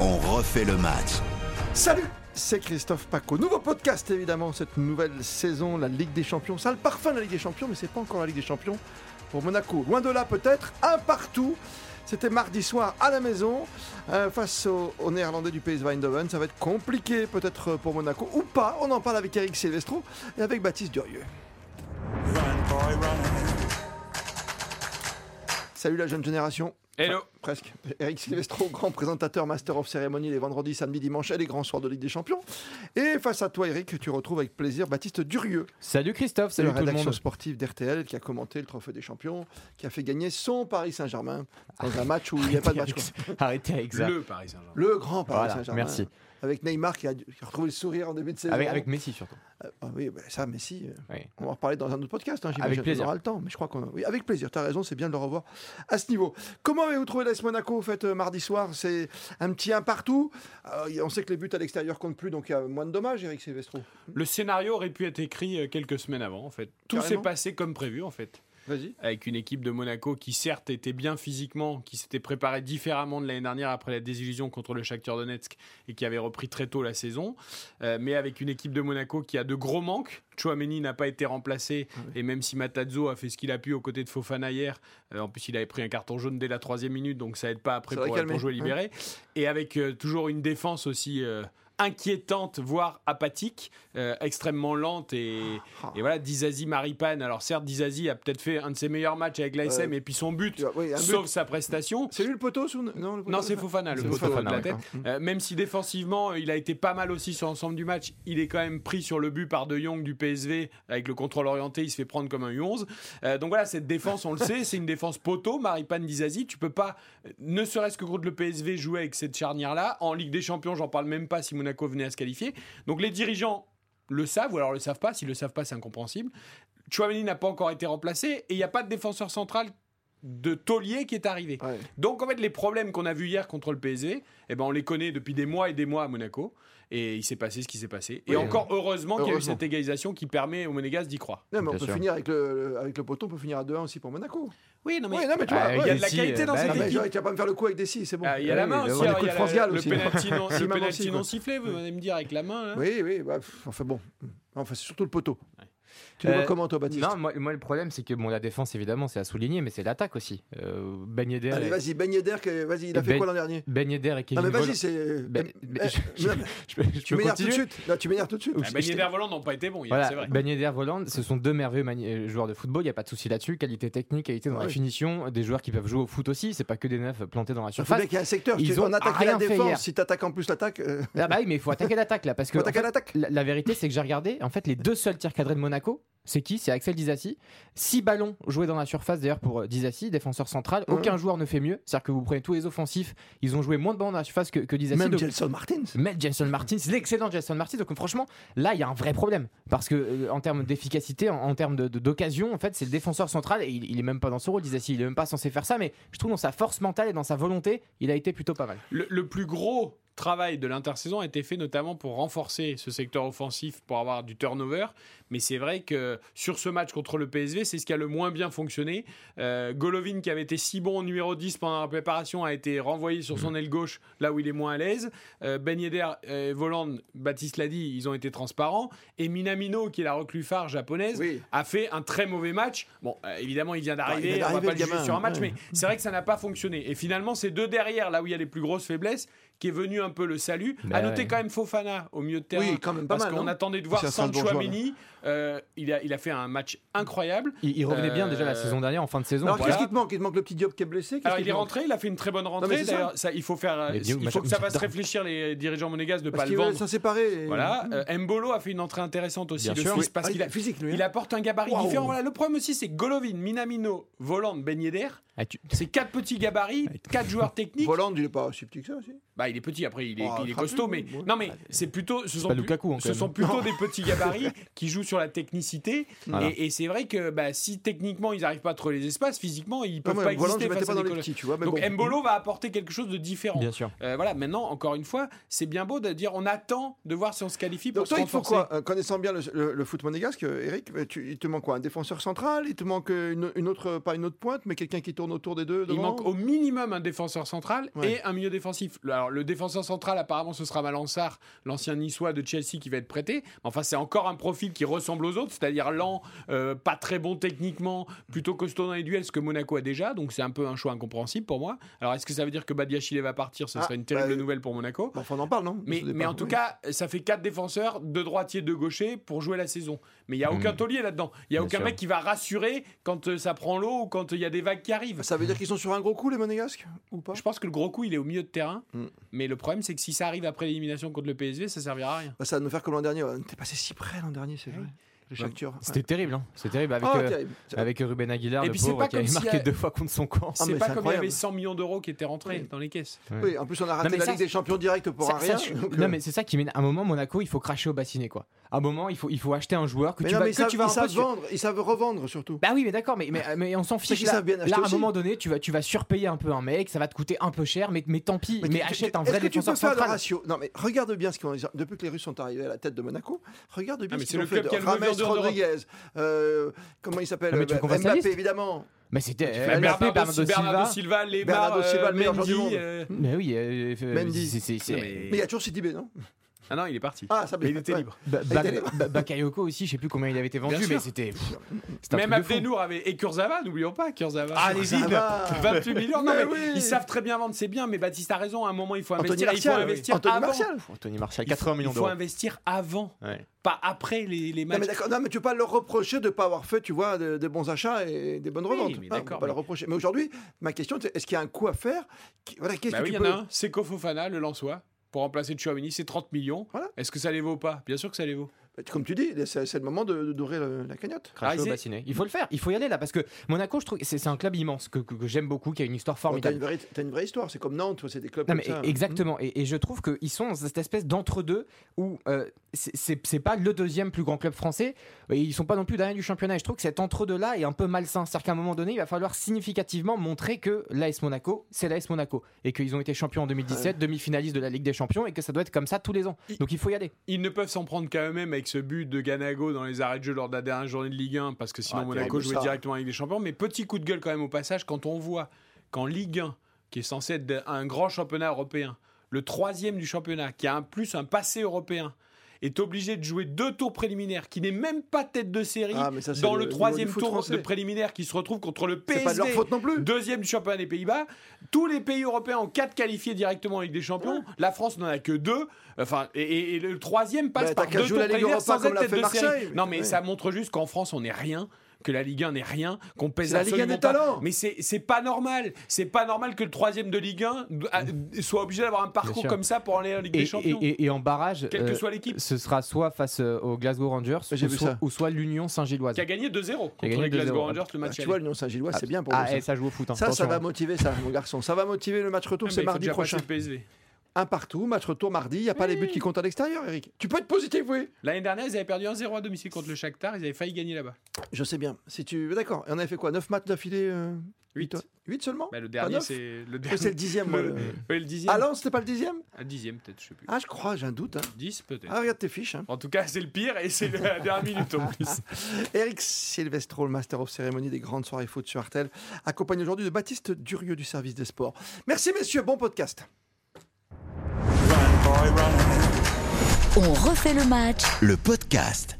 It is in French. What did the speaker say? on refait le match. Salut, c'est Christophe Paco. Nouveau podcast évidemment cette nouvelle saison, la Ligue des Champions. Ça a le parfum de la Ligue des Champions, mais c'est pas encore la Ligue des Champions pour Monaco. Loin de là peut-être, un partout. C'était mardi soir à la maison euh, face aux au Néerlandais du PSV Eindhoven. Ça va être compliqué peut-être pour Monaco ou pas. On en parle avec Eric Silvestro et avec Baptiste Durieux. Run, boy, run. Salut la jeune génération. Hello. Presque. Eric Silvestro, grand présentateur, master of cérémonie les vendredis, samedis, dimanches et les grands soirs de Ligue des Champions. Et face à toi, Eric, tu retrouves avec plaisir Baptiste Durieux, Salut Christophe, de salut la tout le rédaction monde. sportive d'RTL, qui a commenté le Trophée des Champions, qui a fait gagner son Paris Saint-Germain Ah dans un match où il n'y a pas de match. quoi. Arrêtez avec ça. Le Paris Saint-Germain. Le grand Paris Voilà, Saint-Germain. merci. Avec Neymar qui a, qui a retrouvé le sourire en début de saison. Avec, avec Messi surtout. Euh, ah oui, bah, ça, Messi, euh, Oui. on va en reparler dans un autre podcast. hein, j'imagine. Avec plaisir. On aura le temps, mais je crois qu'on. Oui, avec plaisir, tu as raison, c'est bien de le revoir à ce niveau. Comment avez-vous trouvé l'AS Monaco au fait euh, mardi soir C'est un petit un partout. Euh, y- on sait que les buts à l'extérieur comptent plus, donc il y a moins de dommages, Eric Silvestro. Le scénario aurait pu être écrit euh, quelques semaines avant, en fait. Tout Carrément. s'est passé comme prévu, en fait. Vas-y. Avec une équipe de Monaco qui, certes, était bien physiquement, qui s'était préparée différemment de l'année dernière après la désillusion contre le Shakhtar Donetsk et qui avait repris très tôt la saison. Euh, mais avec une équipe de Monaco qui a de gros manques. Chouameni n'a pas été remplacé. Et même si Matazzo a fait ce qu'il a pu aux côtés de Fofana hier, euh, en plus, il avait pris un carton jaune dès la troisième minute, donc ça aide pas après Ça va pour, calmer. pour jouer libéré. Et avec euh, toujours une défense aussi. euh, inquiétante, voire apathique, euh, extrêmement lente et, et voilà, Dizazi Maripane. Alors certes, Dizazi a peut-être fait un de ses meilleurs matchs avec l'ASM Ouais. et puis son but, Tu vois, oui, un but. sauf sa prestation. C'est lui le poteau sous... Non, le poteau, Non, c'est Fofana, le C'est poteau Fofana, de la ouais, tête. d'accord. Euh, même si défensivement, euh, il a été pas mal aussi sur l'ensemble du match, il est quand même pris sur le but par De Jong du PSV avec le contrôle orienté, il se fait prendre comme un U11. Euh, donc voilà, cette défense, on le sait, c'est une défense poteau. Maripane Dizazi, tu peux pas, euh, ne serait-ce que contre le PSV, jouer avec cette charnière-là. En Ligue des Champions, j'en parle même pas si Monaco venait à se qualifier. Donc les dirigeants le savent ou alors le savent pas. S'ils le savent pas, c'est incompréhensible. Chouameni n'a pas encore été remplacé et il n'y a pas de défenseur central de taulier qui est arrivé. Ouais. Donc en fait les problèmes qu'on a vus hier contre le PSG, eh ben on les connaît depuis des mois et des mois à Monaco et il s'est passé ce qui s'est passé. Et Oui, encore heureusement, qu'il y a eu Heureusement. cette égalisation qui permet aux Monégas d'y croire. Non, mais on Bien peut sûr. finir avec le, le- avec le poteau, on peut finir à 2-1 aussi pour Monaco. Oui, non Oui, non, mais tu vois, Ah, ouais, il y a de la Messi, qualité dans bah, cette Ah, mais, équipe. ouais, tu vas pas me faire le coup avec Dessy, c'est bon. Ah, Il y a la Oui, main mais aussi, ouais. Les alors, coups il y a de France la- Gall le aussi. penalty non- Si le maman penalty aussi, non quoi. sifflé, vous allez me dire avec la main. là. Ah, Oui, oui, bah, pff, enfin bon. Enfin, c'est surtout le poteau. Tu le Euh, vois comment, toi, Baptiste Non, moi, moi, le problème c'est que bon, la défense évidemment c'est à souligner, mais c'est l'attaque aussi. Euh, ben Yedder Allez, et- vas-y, Ben Yedder, que- vas-y, il a Et fait Ben- quoi l'an dernier Ben Yedder et Non, Kevin mais vas-y, Volland- c'est. Ben- Eh, mais eh, je- non, mais Je peux- je Tu peux m'énerves tout de continuer suite. Là, tu m'énerves tout de suite. Ou- Ah, je- Ben je- Yedder Voland n'ont pas été bons, hier, c'est Voilà, vrai. Ben Yedder, Voland, ce sont deux merveilleux mani- euh, joueurs de football, il n'y a pas de souci là-dessus. Qualité technique, qualité dans Ouais. la finition, des joueurs qui peuvent jouer au foot aussi, c'est pas que des neufs plantés dans la Surtout surface. dès qu'il y a un secteur, Ils tu, ont on attaque la rien fait hein. hier. défense. Si t'attaques en plus l'attaque, euh, Ah bah oui, mais il faut attaquer l'attaque là, parce que faut en attaquer fait, l'attaque. La, la vérité, c'est que j'ai regardé. En fait, les deux seuls tirs cadrés de Monaco, c'est qui C'est Axel Disassi. Six ballons joués dans la surface, d'ailleurs, pour euh, Disassi, défenseur central. Ouais. Aucun joueur ne fait mieux. C'est-à-dire que vous prenez tous les offensifs, ils ont joué moins de ballons dans la surface que, que Disassi. Même Donc, Jelson Martins. mais Jason Martins, l'excellent Jason Martins. Donc franchement, là, il y a un vrai problème parce que euh, en termes d'efficacité, en, en termes de- de- d'occasion, en fait, c'est le défenseur central et il, il est même pas dans son rôle. Disassi, il est même pas censé faire ça. Mais je trouve dans sa force mentale et dans sa volonté, il a été plutôt pas mal. Le, le plus gros travail de l'intersaison a été fait notamment pour renforcer ce secteur offensif, pour avoir du turnover. Mais c'est vrai que sur ce match contre le PSV, c'est ce qui a le moins bien fonctionné. Euh, Golovin, qui avait été si bon en numéro 10 pendant la préparation, a été renvoyé sur son aile gauche, là où il est moins à l'aise. Euh, ben Yedder, euh, Voland, Baptiste l'a dit, ils ont été transparents. Et Minamino, qui est la reclue phare japonaise, Oui. a fait un très mauvais match. Bon, euh, évidemment, il vient Bah, il d'arriver, vient on va d'arriver, pas le le juger gamin, sur un match, ouais. mais c'est vrai que ça n'a pas fonctionné. Et finalement, ces deux derrière, là où il y a les plus grosses faiblesses, qui est venu un peu le salut. Bah à noter ouais. quand même Fofana au milieu de terrain. Oui, quand même pas parce mal, qu'on hein. attendait de voir C'est un sans bon joueur, Chouameni. Euh, il, a, il a fait un match incroyable. Il, il revenait bien déjà la Euh, saison dernière en fin de saison. Alors, voilà. qu'est-ce qui te manque Il te manque le petit Diop qui est blessé Alors, qu'est-ce qui il est te manque rentré, il a fait une très bonne mais rentrée. c'est ça. D'ailleurs, ça, il faut faire, euh, Mais bien, il moi, faut que ça j'adore. fasse réfléchir les dirigeants monégasques de pas Parce le qu'il veut vendre. s'en séparer. et- Voilà. Euh, Mbolo a fait une entrée intéressante aussi. Bien le sûr, Suisse, oui. parce Ah, qu'il a- physique, lui. hein. il apporte un gabarit Waouh. différent. Voilà, le problème aussi, c'est que Golovin, Minamino, Voland, Ben Yedder, Ah, tu- c'est quatre petits Ah, gabarits, quatre joueurs techniques. Voland, il est pas si petit que ça aussi. Bah, il est petit, après, il est, Oh, il est frappé, costaud, mais. oui, oui. Non, mais c'est plutôt. Ce sont, pas plus- Lukaku, hein, quand ce même. sont plutôt des petits gabarits qui jouent sur la technicité. Voilà. Et, et c'est vrai que bah, si techniquement, ils n'arrivent pas à trouver les espaces, physiquement, ils peuvent Non, mais pas Voland, exister je mettais face pas à dans des les colo- petits, tu vois. Mais Donc, bon. Mbolo va apporter quelque chose de différent. Bien sûr. Euh, voilà, maintenant, encore une fois, c'est bien beau de dire on attend de voir si on se qualifie pour Donc se toi, il te faut renforcer. quoi Euh, Connaissant bien le, le- le foot monégasque, euh, Eric, euh, tu- il te manque quoi Un défenseur central Il te manque euh, une, une autre, euh, pas une autre pointe, mais quelqu'un qui tourne autour des deux Il devant manque au minimum un défenseur central Ouais. et un milieu défensif. Le- Alors, Alors, le défenseur central, apparemment, ce sera Malansar, l'ancien niçois de Chelsea qui va être prêté. Enfin, c'est encore un profil qui ressemble aux autres, c'est-à-dire lent, euh, pas très bon techniquement, plutôt costaud dans les duels, ce que Monaco a déjà. Donc, c'est un peu un choix incompréhensible pour moi. Alors, est-ce que ça veut dire que Badiachile va partir Ce Ah, serait une terrible bah, nouvelle pour Monaco. Bah, enfin, on en parle, non Mais, Ce mais départ, en tout oui. cas, ça fait quatre défenseurs, deux droitiers, deux gauchers pour jouer la saison. Mais il n'y a Hmm. aucun Mm. taulier là-dedans. Il n'y a Bien aucun sûr. mec qui va rassurer quand euh, ça prend l'eau ou quand euh, il y a des vagues qui arrivent. Ça veut dire qu'ils sont sur un gros coup, les Monégasques Ou pas Je pense que le gros coup, il est au milieu de terrain. Mm. Mais le problème, c'est que si ça arrive après l'élimination contre le PSV, ça servira à rien. Bah, Ça va nous faire comme l'an dernier. On était passé si près l'an dernier, c'est vrai. Les Shakhtar. Ouais. C'était terrible, hein. C'était terrible avec, Ah, euh, terrible. avec Ruben Aguilar, Et le puis c'est pauvre, pas qui avait comme s'il y marqué a- deux fois contre son camp. Ah, c'est mais pas c'est comme il y avait incroyable. 100 millions d'euros qui étaient rentrés dans les caisses. Oui, en plus, on a raté mais la ça, Ligue des Champions direct pour Ça- un rien. ça, je- donc, Non euh, mais c'est ça qui mène. À un moment, Monaco, il faut cracher au bassinet quoi. À un moment, il faut, il faut acheter un joueur que mais tu non, vas, mais que ça, tu vas ils un peu savent sur- vendre, ils savent revendre surtout. Bah oui, mais d'accord, mais, mais, mais on s'en fiche. qu'ils Là, savent bien là, acheter à un aussi. moment donné, tu vas, tu vas surpayer un peu un mec, ça va te coûter un peu cher, mais, mais tant pis. Mais, tu- tu- achète un est-ce vrai que tu peux défenseur faire le central. ratio Non, mais regarde bien ce qu'ils ont depuis que les Russes sont arrivés à la tête de Monaco. Regarde bien Ah, mais ce c'est qu'ils le ont fait. club de qui a le meilleur Rames vendeur d'Europe. Rodriguez, euh, comment il s'appelle euh, Non, Ah, mais tu veux qu'on fasse la Mbappé liste évidemment. Mais c'était Tu euh, fais la Mbappé, Bernardo Bernardo, Bernardo Silva. Silva, Lemar, Bernardo Silva, euh, le meilleur joueur du Mendy, monde. euh, Mais oui, euh, euh, Mendy. c'est- c'est- c'est- non, mais- Mais il y a toujours Sidibé, non Ah non, il est parti. Ah, ça Mais il était ouais. libre. Ba- Il Ba- était là. Ba- Bakayoko aussi, je sais plus combien il avait été vendu, Bien sûr. mais c'était. pff, c'était un Même truc de fou. Abdenour avait et Kurzawa, n'oublions pas Kurzawa. Ah, les îles. 28 millions. Non, mais Mais oui. ils savent très bien vendre, c'est bien. Mais Baptiste a raison. À un moment, il faut Anthony investir. et Martial, il faut oui. investir Anthony avant. Martial. Pff, Anthony Martial, Il faut- 80 millions Il faut d'euros. investir avant, Ouais. pas après les, les Non matchs. mais, d'accord, non mais tu peux pas leur reprocher de ne pas avoir fait, tu vois, de- des bons achats et des bonnes Oui, reventes. mais Ah, on peut d'accord, pas mais- leur reprocher. Mais aujourd'hui, ma question, c'est est-ce qu'il y a un coup à faire Qui- Voilà, qu'est-ce Bah que oui, il tu y peux en a un. C'est Kofofana, le Lançois. Pour remplacer Chouamini, c'est 30 millions. Voilà. Est-ce que ça les vaut pas Bien sûr que ça les vaut. Bah, Comme tu dis, c'est c'est le moment de- de- d'ouvrir le- la cagnotte. Cracher Ah, au c'est- bassinet. Il faut le faire, il faut y aller là parce que Monaco, je trouve, c'est c'est un club immense que, que- que j'aime beaucoup, qui a une histoire Bon, T'as formidable. une, vraie- t'as une vraie histoire, c'est comme Nantes, c'est des clubs Non, comme mais ça. hein. exactement. Et, et je trouve qu'ils sont dans cette espèce d'entre-deux où euh, c'est- c'est c'est pas le deuxième plus grand club français et ils sont pas non plus derrière du championnat. Et je trouve que cet entre-deux-là est un peu malsain. C'est-à-dire qu'à un moment donné, il va falloir significativement montrer que l'AS Monaco, c'est l'AS Monaco et qu'ils ont été champions en 2017, Ah demi-finalistes de la Ligue des Champions et que ça doit être comme ça tous les ans. Donc il faut y aller. Ils ne peuvent s'en prendre qu'à eux-mêmes avec ce but de Ganago dans les arrêts de jeu lors de la dernière journée de Ligue 1, parce que sinon Ah, Monaco terrible, jouait ça. directement avec les champions. Mais petit coup de gueule quand même au passage, quand on voit qu'en Ligue 1, qui est censé être un grand championnat européen, le troisième du championnat, qui a un plus un passé européen, est obligé de jouer deux tours préliminaires, qui n'est même pas tête de série, Ah, mais ça, c'est dans le le, niveau troisième du foot tour français. de préliminaire, qui se retrouve contre le C'est PSV. pas de leur faute non plus. Deuxième du championnat des Pays-Bas. Tous les pays européens ont quatre qualifiés directement avec des champions. La France n'en a que deux. Enfin, et, et- et le troisième passe Bah, t'as par qu'à deux jouer tours la Ligue préliminaires Europa sans comme être l'a tête fait de série. Marseille. Non, mais Ouais. ça montre juste qu'en France, on n'est rien. Que la Ligue 1 n'est rien, qu'on pèse C'est la Ligue 1 absolument des talents. pas. Mais c'est c'est pas normal. C'est pas normal que le troisième de Ligue 1 a- soit obligé d'avoir un parcours sûr. comme ça pour aller en Ligue Et, des Champions. et- et- et en barrage, quelle que euh, soit l'équipe ce sera soit face euh, aux Glasgow Rangers ou J'ai vu soit, ça. ou soit l'union Saint-Gilloise. qui a gagné 2-0 Qui a contre gagné les Glasgow 2-0. Rangers le Bah, match. tu aller. vois, l'Union Saint-Gillois, c'est bien pour Ah, nous, eh, ça. ça joue au foot. hein. Ça, ça Attention, va hein. motiver ça, mon garçon. Ça va motiver le match retour, Ah, c'est mais il faut mardi déjà passer prochain. le PSV. Un partout, match retour mardi, il n'y a pas les buts qui comptent à l'extérieur, Eric. Tu peux être positif, oui. L'année dernière, ils avaient perdu 1-0 à domicile contre le Shakhtar. Ils avaient failli gagner là-bas. Je sais bien. Si tu... D'accord, et on avait fait quoi 9 matchs d'affilée euh... 8. 8 seulement le Pas dernier, neuf c'est le Ou C'est le dernier. dixième. moi, Bah, Le- le- Ouais, le dixième. Ah, Lens, c'était pas le dixième Un dixième, peut-être, je sais plus. Ah, je crois, j'ai un doute. hein. 10 peut-être. Ah, regarde tes fiches. hein. En tout cas, c'est le pire et c'est la dernière minute en plus. Eric Silvestro, le master of cérémonie des grandes soirées foot sur Artel, accompagné aujourd'hui de Baptiste Durieux du service des sports. Merci, messieurs, bon podcast. Run, boy, run. On refait le match le podcast.